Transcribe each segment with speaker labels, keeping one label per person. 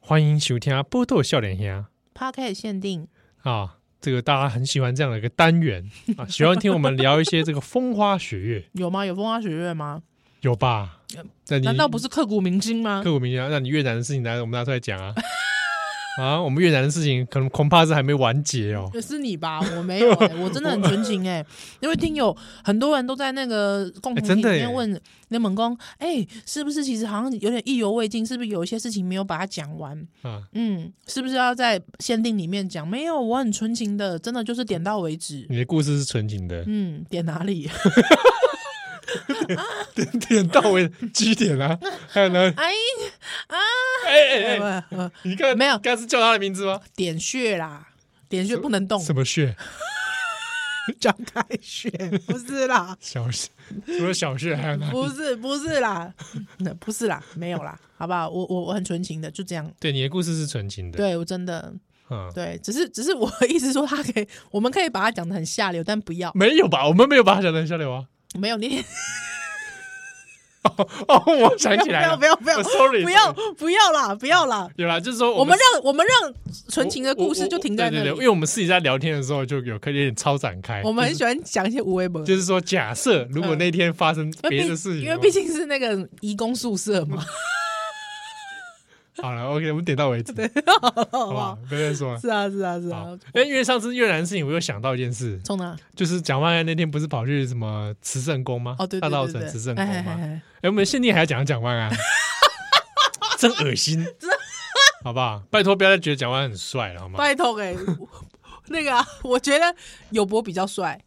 Speaker 1: 欢迎收听《波豆笑脸兄
Speaker 2: p o c a s t 限定，》
Speaker 1: 啊，这个大家很喜欢这样的一个单元啊，喜欢听我们聊一些这个风花雪月，
Speaker 2: 有吗？有风花雪月吗？
Speaker 1: 有吧？那你
Speaker 2: 难道不是刻骨铭心吗？
Speaker 1: 刻骨铭心啊？那你越南的事情来，我们拿出来讲啊 啊，我们越南的事情可能恐怕是还没完结哦。
Speaker 2: 是你吧？ 我没有、欸，我真的很纯情哎、因为听友很多人都在那个共同
Speaker 1: 欸
Speaker 2: 体
Speaker 1: 真
Speaker 2: 里
Speaker 1: 的
Speaker 2: 面
Speaker 1: 欸
Speaker 2: 问那猛公，哎、是不是其实好像有点意犹未尽？是不是有一些事情没有把它讲完？
Speaker 1: 啊，
Speaker 2: 嗯，是不是要在限定里面讲？没有，我很纯情的，真的就是点到为止。
Speaker 1: 你的故事是纯情的，
Speaker 2: 嗯，点哪 里？
Speaker 1: 点到为止基点啊。还有呢？
Speaker 2: 哎
Speaker 1: 哎哎哎，
Speaker 2: 呃呃
Speaker 1: 你刚
Speaker 2: 没有
Speaker 1: 刚是叫他的名字吗？
Speaker 2: 点穴啦，点穴不能动，
Speaker 1: 什么穴？
Speaker 2: 张开穴 不是啦。
Speaker 1: 小穴？除了小穴还有哪里？
Speaker 2: 不是不是啦， 那不是啦，没有啦，好不好？我我我很纯情的，就这样。
Speaker 1: 对，你的故事是纯情的。
Speaker 2: 对我真的
Speaker 1: 啊，
Speaker 2: 对，只是只是我的意思说，他可以，我们可以把它讲的很下流，但不要
Speaker 1: 没有吧？我们没有把它讲成下流啊。
Speaker 2: 没有你
Speaker 1: 哦，我想起
Speaker 2: 不
Speaker 1: 来
Speaker 2: 要
Speaker 1: 了，
Speaker 2: 不要不要
Speaker 1: 哦，sorry，
Speaker 2: 不要
Speaker 1: sorry
Speaker 2: 不要啦不要啦，
Speaker 1: 有啦，就是说
Speaker 2: 我
Speaker 1: 们
Speaker 2: 们让我们让纯情的故事就停在
Speaker 1: 对
Speaker 2: 那
Speaker 1: 对对，因
Speaker 2: 里。
Speaker 1: 为我们私底下聊天的时候就有可以有点超展开，
Speaker 2: 我们很喜欢讲一些无为本，
Speaker 1: 就是说假设如果那天发生
Speaker 2: 因为
Speaker 1: 别
Speaker 2: 毕
Speaker 1: 的事情，
Speaker 2: 因为毕竟是那个移工宿舍嘛，
Speaker 1: 好了，OK，我们点到为止，好
Speaker 2: 好
Speaker 1: 不
Speaker 2: 不
Speaker 1: 好
Speaker 2: 好？？
Speaker 1: 不要再说了。
Speaker 2: 是啊是啊是
Speaker 1: 好
Speaker 2: 啊，，
Speaker 1: 哎，因为上次越南的事情，我又想到一件事，
Speaker 2: 冲哪？
Speaker 1: 就是蒋万安那天不是跑去什么慈圣宫吗？
Speaker 2: 哦对
Speaker 1: 大
Speaker 2: 对
Speaker 1: 道
Speaker 2: 对
Speaker 1: 城
Speaker 2: 对，
Speaker 1: 慈圣宫
Speaker 2: 哎哎
Speaker 1: 吗？
Speaker 2: 哎
Speaker 1: 哎，我们限定还要讲蒋万安，啊 真恶心，好不好？拜托，不要再觉得蒋万安很帅了，好吗？
Speaker 2: 拜托哎、我那个、啊、我觉得友博比较帅，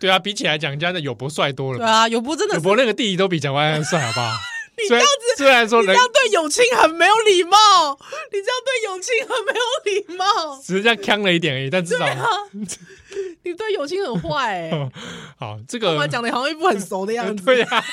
Speaker 1: 对啊，比起来蒋家的友博帅多了
Speaker 2: 对
Speaker 1: 吧，
Speaker 2: 啊，友博真的
Speaker 1: 友嗯
Speaker 2: 是
Speaker 1: 博那个弟弟都比蒋万安帅，好不 好？
Speaker 2: 你
Speaker 1: 虽
Speaker 2: 这
Speaker 1: 然
Speaker 2: 样子，
Speaker 1: 虽然说
Speaker 2: 你这
Speaker 1: 人
Speaker 2: 样对友情很没有礼貌，你这样对友情 很没有礼貌，
Speaker 1: 只是这样呛了一点而已，但至少、
Speaker 2: 啊你对友情很坏哎、欸，
Speaker 1: 好这
Speaker 2: 干
Speaker 1: 个
Speaker 2: 嘛讲的好像一副很熟的样子，
Speaker 1: 嗯对啊，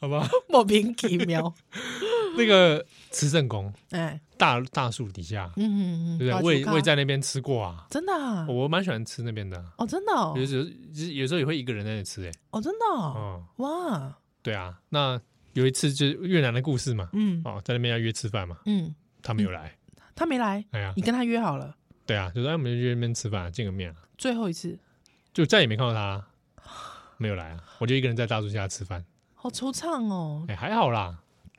Speaker 1: 好吧，
Speaker 2: 莫名其妙，
Speaker 1: 那个慈圣宫
Speaker 2: 哎，
Speaker 1: 大大树底下，
Speaker 2: 嗯嗯
Speaker 1: 对不对？
Speaker 2: 好
Speaker 1: 我也
Speaker 2: 去看
Speaker 1: 我也在那边吃过啊，
Speaker 2: 真的啊、
Speaker 1: 我蛮喜欢吃那边的啊，
Speaker 2: 哦，真的哦
Speaker 1: 有，时候就是有时候也会一个人在那里吃、欸，
Speaker 2: 哦，真的哦，
Speaker 1: 哦、
Speaker 2: 哇，
Speaker 1: 对啊，那有一次就是越南的故事嘛，
Speaker 2: 嗯
Speaker 1: 哦，在那边要约吃饭嘛，
Speaker 2: 嗯，
Speaker 1: 他没有来，
Speaker 2: 他没来，
Speaker 1: 哎呀
Speaker 2: 你，跟他约好了，
Speaker 1: 对啊，就说哎，我们约那边吃饭、啊，见个面、啊，
Speaker 2: 最后一次，
Speaker 1: 就再也没看到他啊，没有来啊，我就一个人在大树下吃饭，
Speaker 2: 好惆怅哦，
Speaker 1: 哎、还好啦，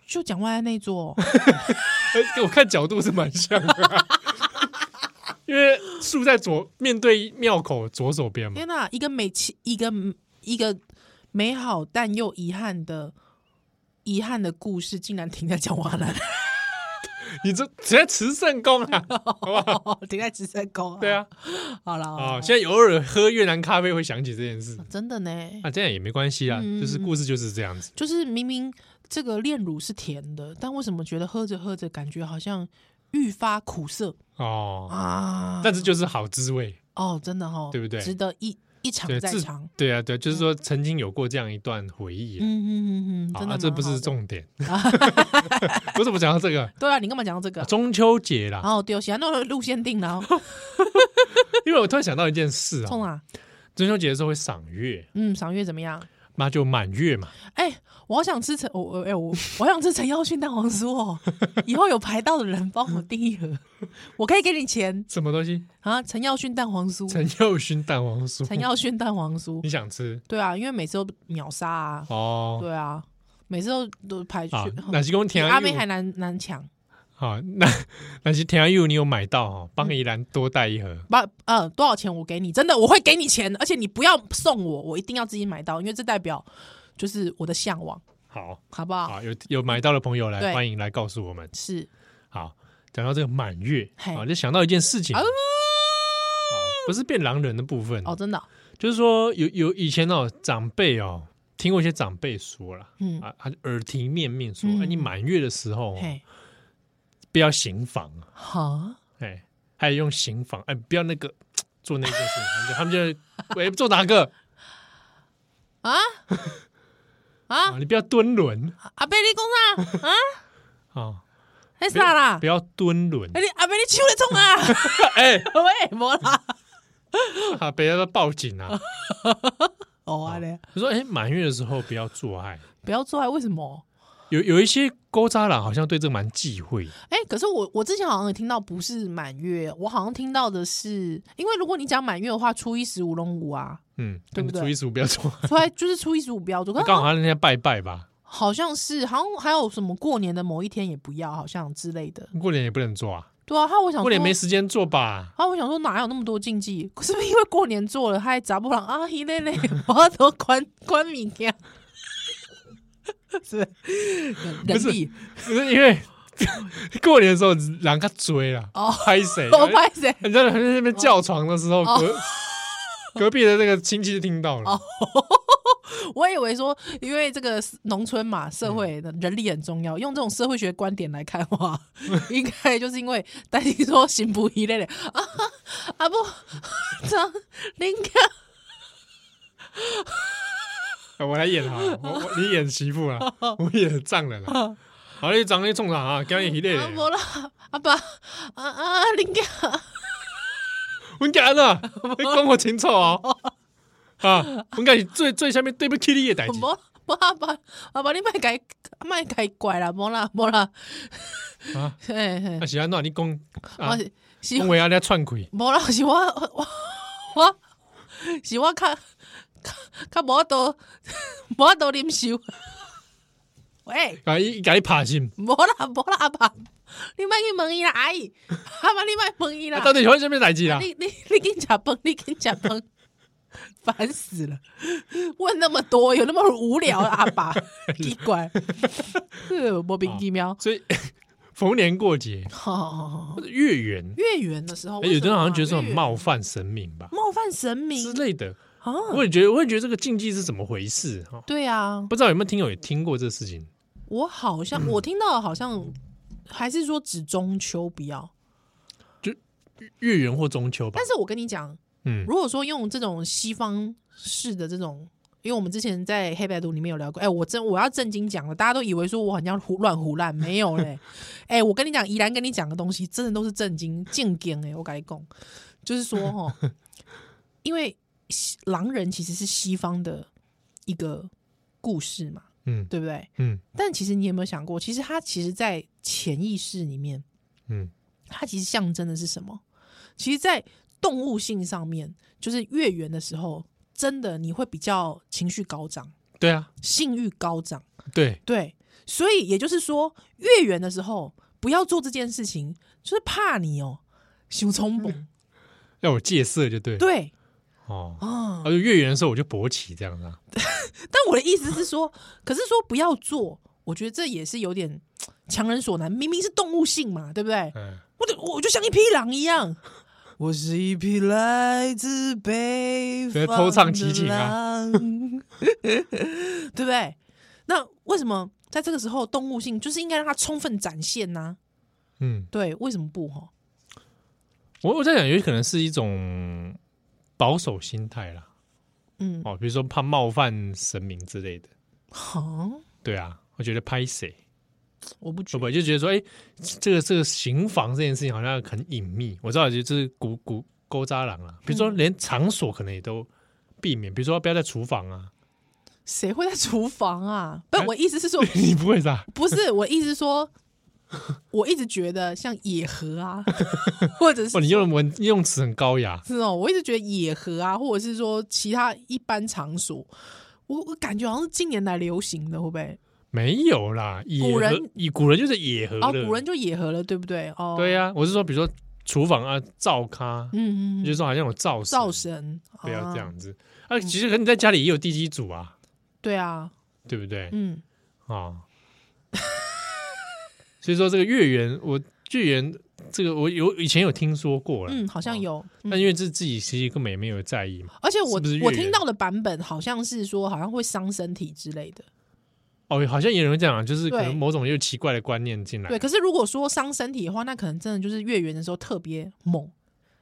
Speaker 2: 就讲外那一桌哦、
Speaker 1: 呃我看角度是蛮像的啊、因为树在左面对庙口左手边嘛
Speaker 2: 天，哪、一个美其一个一个美好但又遗憾的遗憾的故事，竟然停在讲完了，
Speaker 1: 你这只在慈圣宫啊，
Speaker 2: 停在直升宫、
Speaker 1: 对，啊，
Speaker 2: 好了，好
Speaker 1: 啊，
Speaker 2: 了
Speaker 1: 现在偶尔喝越南咖啡会想起这件事，
Speaker 2: 真的呢，
Speaker 1: 啊，这样也没关系啊，
Speaker 2: 嗯
Speaker 1: 就是故事就是这样子，
Speaker 2: 就是明明这个炼乳是甜的，但为什么觉得喝着喝着感觉好像愈发苦涩
Speaker 1: 哦，
Speaker 2: 啊？
Speaker 1: 但是就是好滋味。
Speaker 2: 哦，真的哦，
Speaker 1: 对不对
Speaker 2: 值得一一尝
Speaker 1: 对
Speaker 2: 再
Speaker 1: 自
Speaker 2: 尝。
Speaker 1: 对啊，对，就是说曾经有过这样一段回忆啊。
Speaker 2: 嗯嗯嗯嗯嗯，
Speaker 1: 好
Speaker 2: 真的、
Speaker 1: 啊，这不是
Speaker 2: 中
Speaker 1: 重 点， 我怎么讲到这个
Speaker 2: 对啊，你干嘛讲到这个？
Speaker 1: 中秋节啦？
Speaker 2: 哦，对，喜欢那路线定了哦，
Speaker 1: 因为我突然想到一件事
Speaker 2: 冲
Speaker 1: 啊，
Speaker 2: 啊！
Speaker 1: 中秋节的时候会赏月，
Speaker 2: 嗯，赏月怎么样？
Speaker 1: 那就满月嘛。
Speaker 2: 哎、我好想吃陈，我我哎、我我好想吃陈耀迅蛋黄酥哦！以后有排到的人帮我订一盒，我可以给你钱
Speaker 1: 什么东西？
Speaker 2: 啊！陈耀迅蛋黄酥，
Speaker 1: 陈佑勋蛋黄酥，
Speaker 2: 嗯陈耀迅蛋黄酥
Speaker 1: 你，想吃
Speaker 2: 对啊，因为每次都秒杀啊，
Speaker 1: 哦？
Speaker 2: 对啊，每次都都排去
Speaker 1: 啊，，哪些公
Speaker 2: 比
Speaker 1: 田
Speaker 2: 阿妹还
Speaker 1: 佑？
Speaker 2: 难难抢，
Speaker 1: 好，那 哪些田佑你有买到哦？帮宜兰多带一盒。
Speaker 2: 不呃多少钱我给你，真的我会给你钱，而且你不要送我，我一定要自己买到，因为这代表就是我的向往，
Speaker 1: 好，
Speaker 2: 好不好？
Speaker 1: 好，有有买到的朋友来，
Speaker 2: 对
Speaker 1: 欢迎来告诉我们。
Speaker 2: 是
Speaker 1: 好，讲到这个满月，
Speaker 2: 嘿
Speaker 1: 啊，就想到一件事情，
Speaker 2: 啊
Speaker 1: 啊不是变狼人的部分
Speaker 2: 哦，真的哦、
Speaker 1: 就是说有有以前哦，长辈哦，听过一些长辈说了，
Speaker 2: 嗯，
Speaker 1: 啊，他耳提面命说，
Speaker 2: 嗯
Speaker 1: 哎，你满月的时候哦
Speaker 2: 嘿，
Speaker 1: 不要行房啊，
Speaker 2: 好。
Speaker 1: 哎，还有用行房，哎，不要那个做那件事情， 他们就他们就哎做哪个
Speaker 2: 啊啊！
Speaker 1: 啊，你不要蹲轮
Speaker 2: 阿伯你讲啥？啊，
Speaker 1: 啊，
Speaker 2: 那啥啦
Speaker 1: 不？要蹲轮
Speaker 2: 啊哎，，你阿伯你手在冲啊？
Speaker 1: 哎，
Speaker 2: 喂，无啦。
Speaker 1: 啊，不要报警啊！
Speaker 2: 哦，安尼
Speaker 1: 就说哎，满月的时候不要做爱，
Speaker 2: 不要做爱，为什么？
Speaker 1: 有有一些勾扎郎好像对这个蛮忌讳的，
Speaker 2: 哎、可是我我之前好像有听到不是满月，我好像听到的是，因为如果你讲满月的话，初一十五龙舞 啊，
Speaker 1: 嗯，
Speaker 2: 对不对
Speaker 1: 初一十五不要做，
Speaker 2: 出来就是初一十五不要做，可是
Speaker 1: 刚好他那天拜拜吧，
Speaker 2: 好像是好像还有什么过年的某一天也不要，好像之类的。
Speaker 1: 过年也不能做啊，
Speaker 2: 对啊，他我想
Speaker 1: 过年
Speaker 2: 说
Speaker 1: 没时间做吧，
Speaker 2: 啊，我想说哪有那么多禁忌？是不是因为过年做了，还砸不了啊？ 一类类，我都关关明天， 是不是人
Speaker 1: 是
Speaker 2: 力
Speaker 1: 不是因为 过年的时候狼他追了，
Speaker 2: 哦
Speaker 1: 拍谁？
Speaker 2: 我拍谁？
Speaker 1: 你知道在那边叫床的时候，
Speaker 2: 哦
Speaker 1: 隔隔壁的那个亲戚就听到了，
Speaker 2: 我以为说，因为这个农村嘛，
Speaker 1: 嗯
Speaker 2: 社会的人力很重要。用这种社会学观点来看的 话，应该就是因为担心说行不一类的啊啊不，张林哥
Speaker 1: 哎我来演好了，我我你演媳妇啊，
Speaker 2: 哦
Speaker 1: 我演丈人啊，好，你长得冲上啊，讲你一类
Speaker 2: 啊不啦，阿爸啊啊林哥，
Speaker 1: 阮家啊，你讲我清楚哦。 啊，阮家是最最下面对不起你的代志，
Speaker 2: 无无阿爸阿爸，你莫改莫改怪啦，无啦无啦，
Speaker 1: 啊
Speaker 2: 嘿嘿
Speaker 1: 啊，是安怎样你讲啊
Speaker 2: 我，是是
Speaker 1: 讲话啊安尼串开，
Speaker 2: 无啦，是我我 我是我较较较无多 无多忍受。喂，
Speaker 1: 啊，伊伊甲你拍心，
Speaker 2: 无啦无啦，阿爸，你莫去问伊啦，阿姨，阿爸你莫问伊啦
Speaker 1: 啊，，到底是发生什么代志啦？
Speaker 2: 你你你紧食饭，你紧食饭，烦死了！问那么多，有那么无聊啊，阿 爸，奇怪，呃，莫名其妙。
Speaker 1: 所以 逢年过节
Speaker 2: 好，
Speaker 1: 或者月圆，
Speaker 2: 月圆的时候，
Speaker 1: 啊哎有的人好像觉得
Speaker 2: 这
Speaker 1: 这
Speaker 2: 种
Speaker 1: 很冒犯神明吧
Speaker 2: 啊冒犯神明
Speaker 1: 之类的，
Speaker 2: 啊，
Speaker 1: 我也觉得，我也觉得这个禁忌是怎么回事哈？
Speaker 2: 对啊，
Speaker 1: 不知道有没有听友也听过这事情？
Speaker 2: 我好像我听到的好像还是说指中秋不要，
Speaker 1: 月圆或中秋吧
Speaker 2: 但，是我跟你讲，
Speaker 1: 嗯
Speaker 2: 如果说用这种西方式的这种，因为我们之前在黑白读里面有聊过，哎、我真我要正经讲了，大家都以为说我很像胡乱胡乱，没有嘞，哎、我跟你讲，怡然跟你讲的东西真的都是正经正经哎，我跟你讲，就是说哈，因为西狼人其实是西方的一个故事嘛，
Speaker 1: 嗯
Speaker 2: 对不对？
Speaker 1: 嗯
Speaker 2: 但其实你有没有想过，其实它其实，在潜意识里面，
Speaker 1: 嗯，
Speaker 2: 它其实象征的是什么？其实，在动物性上面，就是月圆的时候，真的你会比较情绪高涨，
Speaker 1: 对啊，
Speaker 2: 性欲高涨，
Speaker 1: 对，
Speaker 2: 对。所以也就是说，月圆的时候不要做这件事情，就是怕你哦，熊冲动，
Speaker 1: 要我戒色就对，
Speaker 2: 对
Speaker 1: 哦，
Speaker 2: 啊
Speaker 1: 啊，。就月圆的时候我就勃起这样子啊，
Speaker 2: 但我的意思是说，可是说不要做，我觉得这也是有点强人所难，明明是动物性嘛，对不对？
Speaker 1: 嗯。
Speaker 2: 我就我就像一匹狼一样。我是一匹来自北
Speaker 1: 对
Speaker 2: 方
Speaker 1: 偷唱齐秦
Speaker 2: 啊，对不 对？那为什么在这个时候动物性就是应该让它充分展现呢、
Speaker 1: 嗯，
Speaker 2: 对，为什么不哈？
Speaker 1: 我我在想，有可能是一种保守心态啦，
Speaker 2: 嗯，
Speaker 1: 哦，比如说怕冒犯神明之类的，
Speaker 2: 好，
Speaker 1: 对啊，我觉得拍谁，
Speaker 2: 我不
Speaker 1: 会
Speaker 2: 觉
Speaker 1: 不会
Speaker 2: 得
Speaker 1: 就觉得说，哎、这个这个刑房这件事情好像很隐秘，我知道就是古古勾渣郎啊，比如说连场所可能也都避免，比如说不要在厨房啊，
Speaker 2: 谁会在厨房啊？不
Speaker 1: 哎，
Speaker 2: 我意思是说，
Speaker 1: 你不会吧？
Speaker 2: 不是我意思是说，我一直觉得像野河 啊，或者是
Speaker 1: 哦，你用的文用词很高雅，
Speaker 2: 是哦，我一直觉得野河啊，或者是说其他一般场所，我我感觉好像是近年来流行的，会不会？
Speaker 1: 没有啦，野
Speaker 2: 古人
Speaker 1: 河以古人就是野河
Speaker 2: 哦，
Speaker 1: 的，
Speaker 2: 古人就野河了，对不对？哦，
Speaker 1: 对、呀、我是说，比如说厨房啊，灶咖，
Speaker 2: 嗯嗯
Speaker 1: 就
Speaker 2: 嗯，
Speaker 1: 是说好像有灶神啊
Speaker 2: 灶神，
Speaker 1: 不要这
Speaker 2: 啊，
Speaker 1: 样子。啊，其实可能你在家里也有地基组啊，
Speaker 2: 对啊，
Speaker 1: 对不对？
Speaker 2: 嗯，
Speaker 1: 啊，所以说这个月圆，我月圆这个我有以前有听说过了，
Speaker 2: 嗯，好像有，嗯
Speaker 1: 但因为这自己其实根本也没有在意嘛。
Speaker 2: 而且
Speaker 1: 哦
Speaker 2: 我
Speaker 1: 是不是月
Speaker 2: 我
Speaker 1: 圆
Speaker 2: 听到的版本好像是说，好像会伤身体之类的。
Speaker 1: 哦，好像也有人讲，就是可
Speaker 2: 对
Speaker 1: 能某种又奇怪的观念进来。
Speaker 2: 对，可是如果说伤身体的话，那可能真的就是月圆的时候特别猛，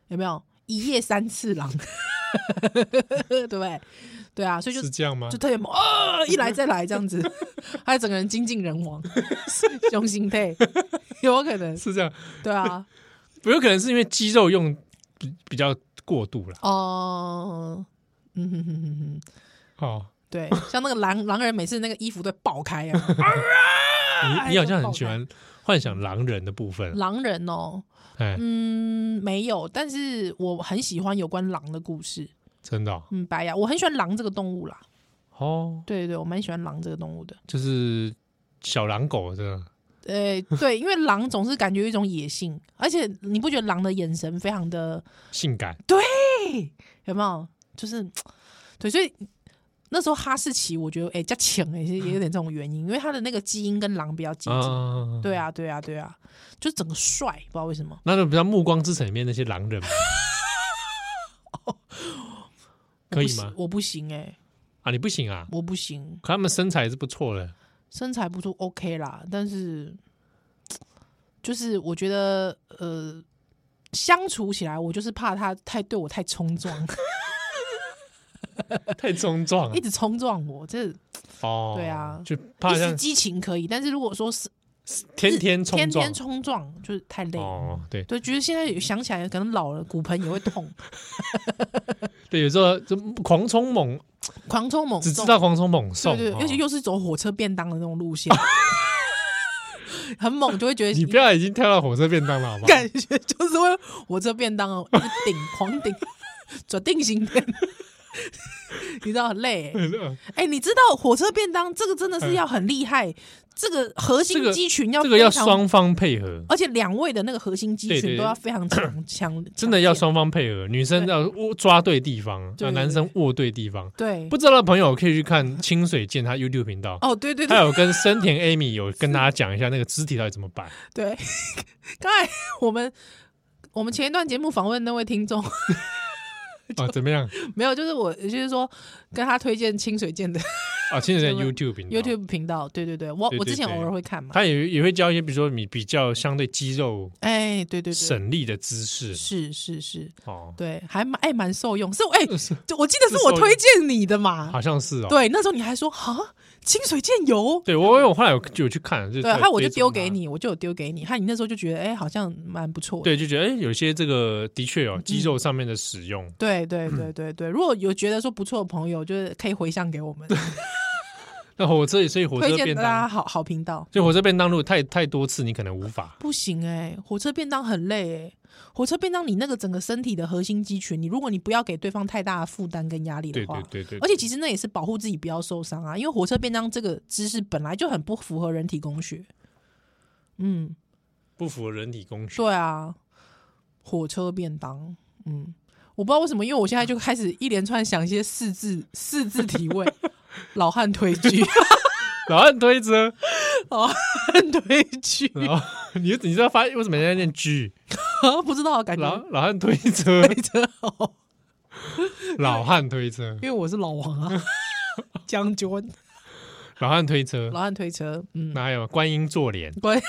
Speaker 2: 有没有？一夜三次郎， 对不对？对啊，所以就是
Speaker 1: 这样吗
Speaker 2: 就？特别猛，啊！一来再来这样子， 他整个人精尽人亡， 雄心配， 有可能，
Speaker 1: 是这样，
Speaker 2: 对啊，
Speaker 1: 不有可能是因为肌肉用比比较过度了。
Speaker 2: 哦、嗯哼哼哼哼，
Speaker 1: 哦，
Speaker 2: 对，像那个狼狼人每次那个衣服都会爆开啊，啊
Speaker 1: 你你好像很喜欢幻想狼人的部分，
Speaker 2: 狼人哦，
Speaker 1: 哎，
Speaker 2: 嗯，没有，但是我很喜欢有关狼的故事。
Speaker 1: 真的哦
Speaker 2: 嗯，白牙，我很喜欢狼这个动物啦。
Speaker 1: 哦，
Speaker 2: 对对对，我蛮喜欢狼这个动物的。
Speaker 1: 就是小狼狗这样，
Speaker 2: 呃，对，因为狼总是感觉有一种野性，而且你不觉得狼的眼神非常的
Speaker 1: 性感，
Speaker 2: 有没有？就是对，所以那时候哈士奇，我觉得哎加强哎，也有点这种原因，因为它的那个基因跟狼比较接近。
Speaker 1: 啊，
Speaker 2: 对啊，对啊，对啊，就是整个帅，不知道为什么。
Speaker 1: 那就比较《暮光之城》里面那些狼 人嘛
Speaker 2: 我
Speaker 1: 可
Speaker 2: 不
Speaker 1: 以
Speaker 2: 行
Speaker 1: 吗？
Speaker 2: 哦我不行哎、
Speaker 1: 啊，你不行啊，
Speaker 2: 我不行，
Speaker 1: 可他们身材还是不错 的，
Speaker 2: 身材不错 OK 啦，但是就是我觉得呃，相处起来我就是怕他太对我太冲撞，
Speaker 1: 太冲撞了
Speaker 2: 一直冲撞我，这
Speaker 1: 哦。
Speaker 2: 对啊
Speaker 1: 就
Speaker 2: 一
Speaker 1: 怕
Speaker 2: 时
Speaker 1: 像
Speaker 2: 激情可以，但是如果说是
Speaker 1: 天天冲
Speaker 2: 天
Speaker 1: 撞
Speaker 2: 天冲撞，就是太累。
Speaker 1: 哦，对
Speaker 2: 对，觉得现在有想起来，可能老了骨盆也 会痛，
Speaker 1: 对，有时候就狂冲猛，
Speaker 2: 狂冲猛
Speaker 1: 只知
Speaker 2: 撞
Speaker 1: 道狂冲猛
Speaker 2: 对
Speaker 1: 送，
Speaker 2: 对，
Speaker 1: 哦
Speaker 2: 而且又是走火车便当的那种 路线，很猛，就会觉得
Speaker 1: 你不要已经跳到火车便当了，好不好？
Speaker 2: 感觉就是会火车便当哦，一直顶狂顶，转定型的， 你知道很累欸。哎、你知道火车便当这个真的是要很厉害，这个核
Speaker 1: 哎这
Speaker 2: 心
Speaker 1: 个
Speaker 2: 肌群要
Speaker 1: 这个要
Speaker 2: 非常，
Speaker 1: 双方配合，
Speaker 2: 而且两位的那个核心肌
Speaker 1: 对对
Speaker 2: 群
Speaker 1: 对
Speaker 2: 都要非常强强，
Speaker 1: 真的要
Speaker 2: 强
Speaker 1: 双方配合，女生
Speaker 2: 对
Speaker 1: 要握抓对地方，
Speaker 2: 对
Speaker 1: 啊
Speaker 2: 对
Speaker 1: 男生握对地方。
Speaker 2: 健对
Speaker 1: 不知道的朋友可以去看清水健他 YouTube 频道，
Speaker 2: 哦，对对
Speaker 1: 他
Speaker 2: 对
Speaker 1: 有跟森田 Amy 有跟大家讲一下那个肢体到底怎么 摆。
Speaker 2: 对。刚才我们我们前一段节目访问那位听众，
Speaker 1: 啊，怎么样？
Speaker 2: 没有，就是我就是说跟他推荐清水健的
Speaker 1: 啊，清水健
Speaker 2: 什么
Speaker 1: YouTube 频道
Speaker 2: YouTube 频道，对对对，我
Speaker 1: 对
Speaker 2: 我
Speaker 1: 对
Speaker 2: 之前
Speaker 1: 对
Speaker 2: 偶尔会看嘛，
Speaker 1: 他也也会教一些，比如说你比较相对肌肉
Speaker 2: 哎，对对对，
Speaker 1: 省力的姿势
Speaker 2: 是是是，
Speaker 1: 哦，
Speaker 2: 对，还蛮哎蛮受用，是我哎，
Speaker 1: 是
Speaker 2: 就我记得是
Speaker 1: 是受
Speaker 2: 我
Speaker 1: 用
Speaker 2: 推荐你的嘛，
Speaker 1: 好像是哦。
Speaker 2: 对，那时候你还说哈清水健油，
Speaker 1: 对，我我后来有有去看，就
Speaker 2: 对，还有我就丢给
Speaker 1: 你。
Speaker 2: 你，我就有丢给你，还有你那时候就觉得哎好像蛮不错的，
Speaker 1: 对，就觉得哎、有些这个的确
Speaker 2: 嗯
Speaker 1: 哦，肌肉上面的使用，
Speaker 2: 对 对对对对，如果有觉得说不错的朋友，就是可以回向给我们，
Speaker 1: 那火车所以火
Speaker 2: 推
Speaker 1: 车
Speaker 2: 荐啊
Speaker 1: 便
Speaker 2: 大家
Speaker 1: 当，
Speaker 2: 好好频道。
Speaker 1: 所以火车便当如果太太多次，你可能无法。
Speaker 2: 不行哎、火车便当很累哎、火车便当你那个整个身体的核心肌群，你如果你不要给对方太大的负担跟压力的
Speaker 1: 对
Speaker 2: 话，
Speaker 1: 对对对，
Speaker 2: 而且其实那也是保护自己不要受伤啊，因为火车便当这个姿势本来就很不符合人体工学。嗯，
Speaker 1: 不符合人体工学。
Speaker 2: 对啊，火车便当，嗯，我不知道为什么，因为我现在就开始一连串想一些四字 四字体 位，老汉推举，
Speaker 1: 老汉推车，
Speaker 2: 老汉推 举，
Speaker 1: 然后你你知道发为什么人家念 G？
Speaker 2: 不知道感
Speaker 1: 老
Speaker 2: 觉
Speaker 1: 老汉推车，
Speaker 2: 推车哦，
Speaker 1: 老汉推车
Speaker 2: 因，为我是老 王啊，将军，
Speaker 1: 老汉推车，
Speaker 2: 老汉推车，嗯，
Speaker 1: 哪有观音坐莲？
Speaker 2: 观，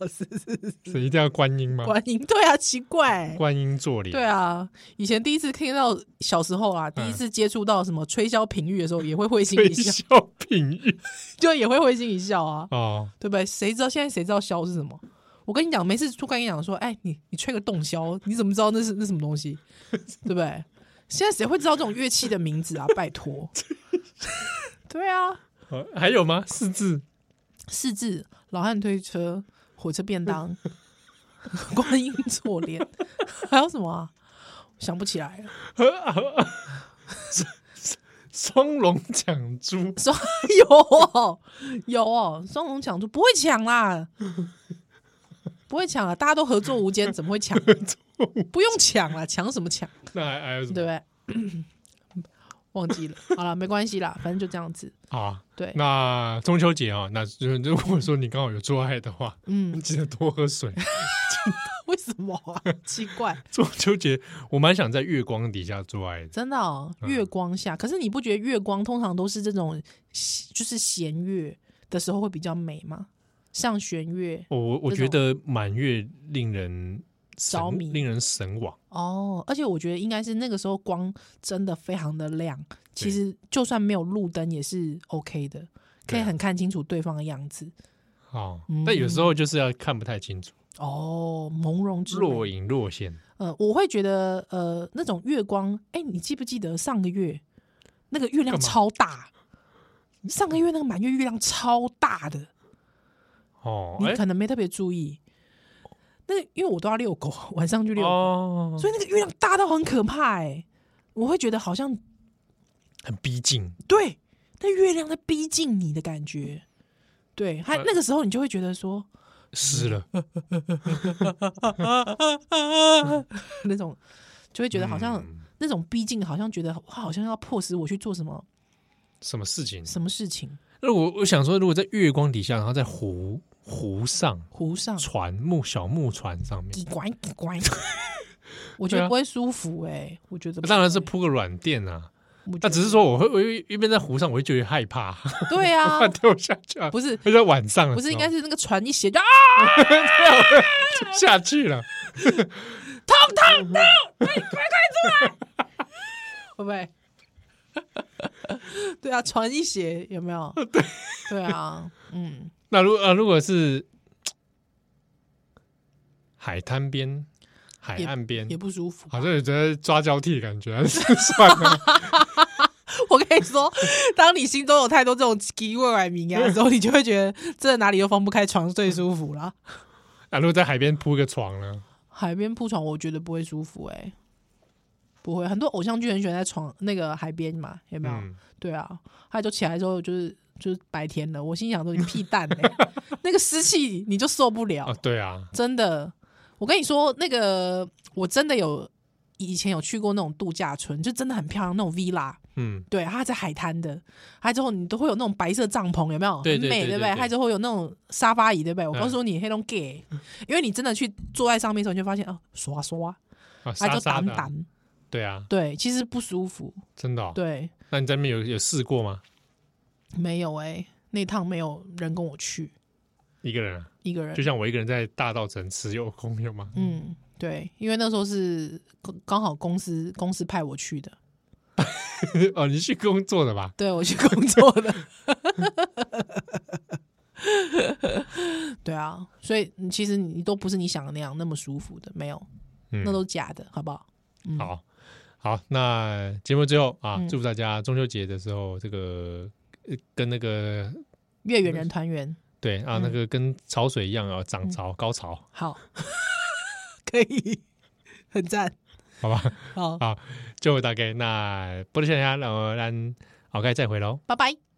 Speaker 2: 是是是
Speaker 1: 是一定要观音吗？
Speaker 2: 观音，对啊，奇怪、
Speaker 1: 观音坐莲，
Speaker 2: 对啊，以前第一次听到小时候啊，第一次接触到什么吹箫平玉的时候，也会会心
Speaker 1: 推
Speaker 2: 一笑，
Speaker 1: 销品玉
Speaker 2: 就也会会心一笑啊，
Speaker 1: 哦，
Speaker 2: 对不对？谁知道现在谁知道箫是什么？我跟你讲，没事，就跟你讲说，哎，你你吹个洞箫，你怎么知道那是那什么东西？对不对？现在谁会知道这种乐器的名字啊？拜托，对啊，
Speaker 1: 哦还有吗？四字
Speaker 2: 四字老汉推车、火车便当、观音坐莲，还有什么啊？想不起来了。
Speaker 1: 双龙抢珠，
Speaker 2: 双 有哦，有哦，双龙抢珠不会抢啦，不会抢啊！大家都合作无间，怎么会抢？不用抢啦，抢什么抢？
Speaker 1: 那还还有什
Speaker 2: 对
Speaker 1: 么
Speaker 2: 不对？忘记了，好了，没关系啦，反正就这样子。
Speaker 1: 啊？
Speaker 2: 对，
Speaker 1: 那中秋节啊、那就是如果说你刚好有做爱的话，
Speaker 2: 嗯，
Speaker 1: 记得多喝水。
Speaker 2: 为什么啊？奇怪，
Speaker 1: 中秋节我蛮想在月光底下做爱的，
Speaker 2: 真的哦，
Speaker 1: 嗯
Speaker 2: 月光下，可是你不觉得月光通常都是这种就是弦乐的时候会比较美吗？像弦乐
Speaker 1: 我我我觉得满月令人神
Speaker 2: 着迷
Speaker 1: 令人神往。
Speaker 2: 哦，而且我觉得应该是那个时候光真的非常的亮，其
Speaker 1: 对
Speaker 2: 实就算没有路灯也是 OK 的，可
Speaker 1: 对
Speaker 2: 以
Speaker 1: 啊
Speaker 2: 很看清楚对方的样子。
Speaker 1: 哦，
Speaker 2: 嗯
Speaker 1: 但有时候就是要看不太清楚，
Speaker 2: 哦，朦胧之美
Speaker 1: 若隐若现。
Speaker 2: 呃，我会觉得呃，那种月光，哎，你记不记得上个月那个月亮
Speaker 1: 干嘛
Speaker 2: 超大？上个月那个满月月亮超大的，
Speaker 1: 哦，
Speaker 2: 你
Speaker 1: 哎
Speaker 2: 可能没特别注意。那因为我都要遛狗， 晚上去遛狗，
Speaker 1: 哦，
Speaker 2: 所以那个月亮大到很可怕哎、我会觉得好像
Speaker 1: 很逼近，
Speaker 2: 对，那月亮在逼近你的感觉。对，还
Speaker 1: 呃
Speaker 2: 那个时候你就会觉得说， 嗯
Speaker 1: 湿了，
Speaker 2: 那种就会觉得好像、
Speaker 1: 嗯
Speaker 2: 那种逼近，好像觉得哇好像要迫使我去做什么
Speaker 1: 什么事情？
Speaker 2: 什么事情。
Speaker 1: 那我我想说，如果在月光底下，然后在湖湖上、
Speaker 2: 湖 上
Speaker 1: 船木小木船上面，
Speaker 2: 叽拐叽拐，我觉
Speaker 1: 对
Speaker 2: 得
Speaker 1: 啊
Speaker 2: 不会舒服哎、我觉得不
Speaker 1: 当然是
Speaker 2: 会，
Speaker 1: 铺个软垫啊。
Speaker 2: 我觉
Speaker 1: 那
Speaker 2: 得
Speaker 1: 只是说我会，我一一边在湖上，我会觉得害怕，
Speaker 2: 对啊
Speaker 1: 怕，掉下去啊。
Speaker 2: 不是
Speaker 1: 就在晚上的时候，
Speaker 2: 不是，应该是那个船一斜就啊，
Speaker 1: 下去了。
Speaker 2: 痛痛痛，快快快出来，会不 会？对啊，船一斜有 没有？对对啊，嗯，
Speaker 1: 那如呃，如果是海滩边、海
Speaker 2: 也
Speaker 1: 岸边
Speaker 2: 也，不舒服。
Speaker 1: 好像有觉得抓交替的感觉， 还是算了。
Speaker 2: 我跟你说，当你心中有太多这种奇怪怪名啊的时候，你就会觉得这哪里都放不开，床最舒服啦。
Speaker 1: 那啊如果在海边铺个床呢？
Speaker 2: 海边铺床，我觉得不会舒服哎、不会。很多偶像剧很喜欢在床那个海边嘛，有没有？
Speaker 1: 嗯，
Speaker 2: 对啊，他就起来之后就是就是白天了，我心想说你屁蛋嘞、那个湿气你就受不了，
Speaker 1: 啊，对啊，
Speaker 2: 真的。我跟你说，那个我真的有以前有去过那种度假村，就真的很漂亮那种 villa，
Speaker 1: 嗯，
Speaker 2: 对，它在海滩的，它之后你都会有那种白色帐篷，有没有？
Speaker 1: 对对
Speaker 2: 很美，
Speaker 1: 对
Speaker 2: 对不
Speaker 1: 对
Speaker 2: 对？
Speaker 1: 对
Speaker 2: 它之后有那种沙发椅，对不对？我
Speaker 1: 嗯
Speaker 2: 告诉你，黑龙 gay，因为你真的去坐在上面的时候，你就发现哦，刷刷，
Speaker 1: 啊，
Speaker 2: 它
Speaker 1: 沙
Speaker 2: 就
Speaker 1: 沙
Speaker 2: 挡
Speaker 1: 的啊，
Speaker 2: 挡，
Speaker 1: 对啊，
Speaker 2: 对，其实不舒服，
Speaker 1: 真的哦。
Speaker 2: 对，
Speaker 1: 那你在那边有有试过吗？
Speaker 2: 没有哎、那趟没有人跟我去，
Speaker 1: 一个人啊，
Speaker 2: 一个人
Speaker 1: 就，像我一个人在大道城吃有空有吗？
Speaker 2: 嗯，对，因为那时候是刚刚好公司公司派我去的，
Speaker 1: 哦，你去工作的吧？
Speaker 2: 对我去工作的。对啊，所以你其实你都不是你想的那样那么舒服的，没有，
Speaker 1: 嗯
Speaker 2: 那都假的，好不好？嗯
Speaker 1: 好好，那节目最后啊，
Speaker 2: 嗯
Speaker 1: 祝福大家中秋节的时候，这个呃跟那个
Speaker 2: 月圆人团圆，
Speaker 1: 对啊，那
Speaker 2: 嗯
Speaker 1: 个跟潮水一样啊，涨潮高潮，
Speaker 2: 好，可以，很赞，
Speaker 1: 好吧？
Speaker 2: 好，
Speaker 1: 就大概那不如先家，然后咱后盖再回喽。
Speaker 2: 拜拜。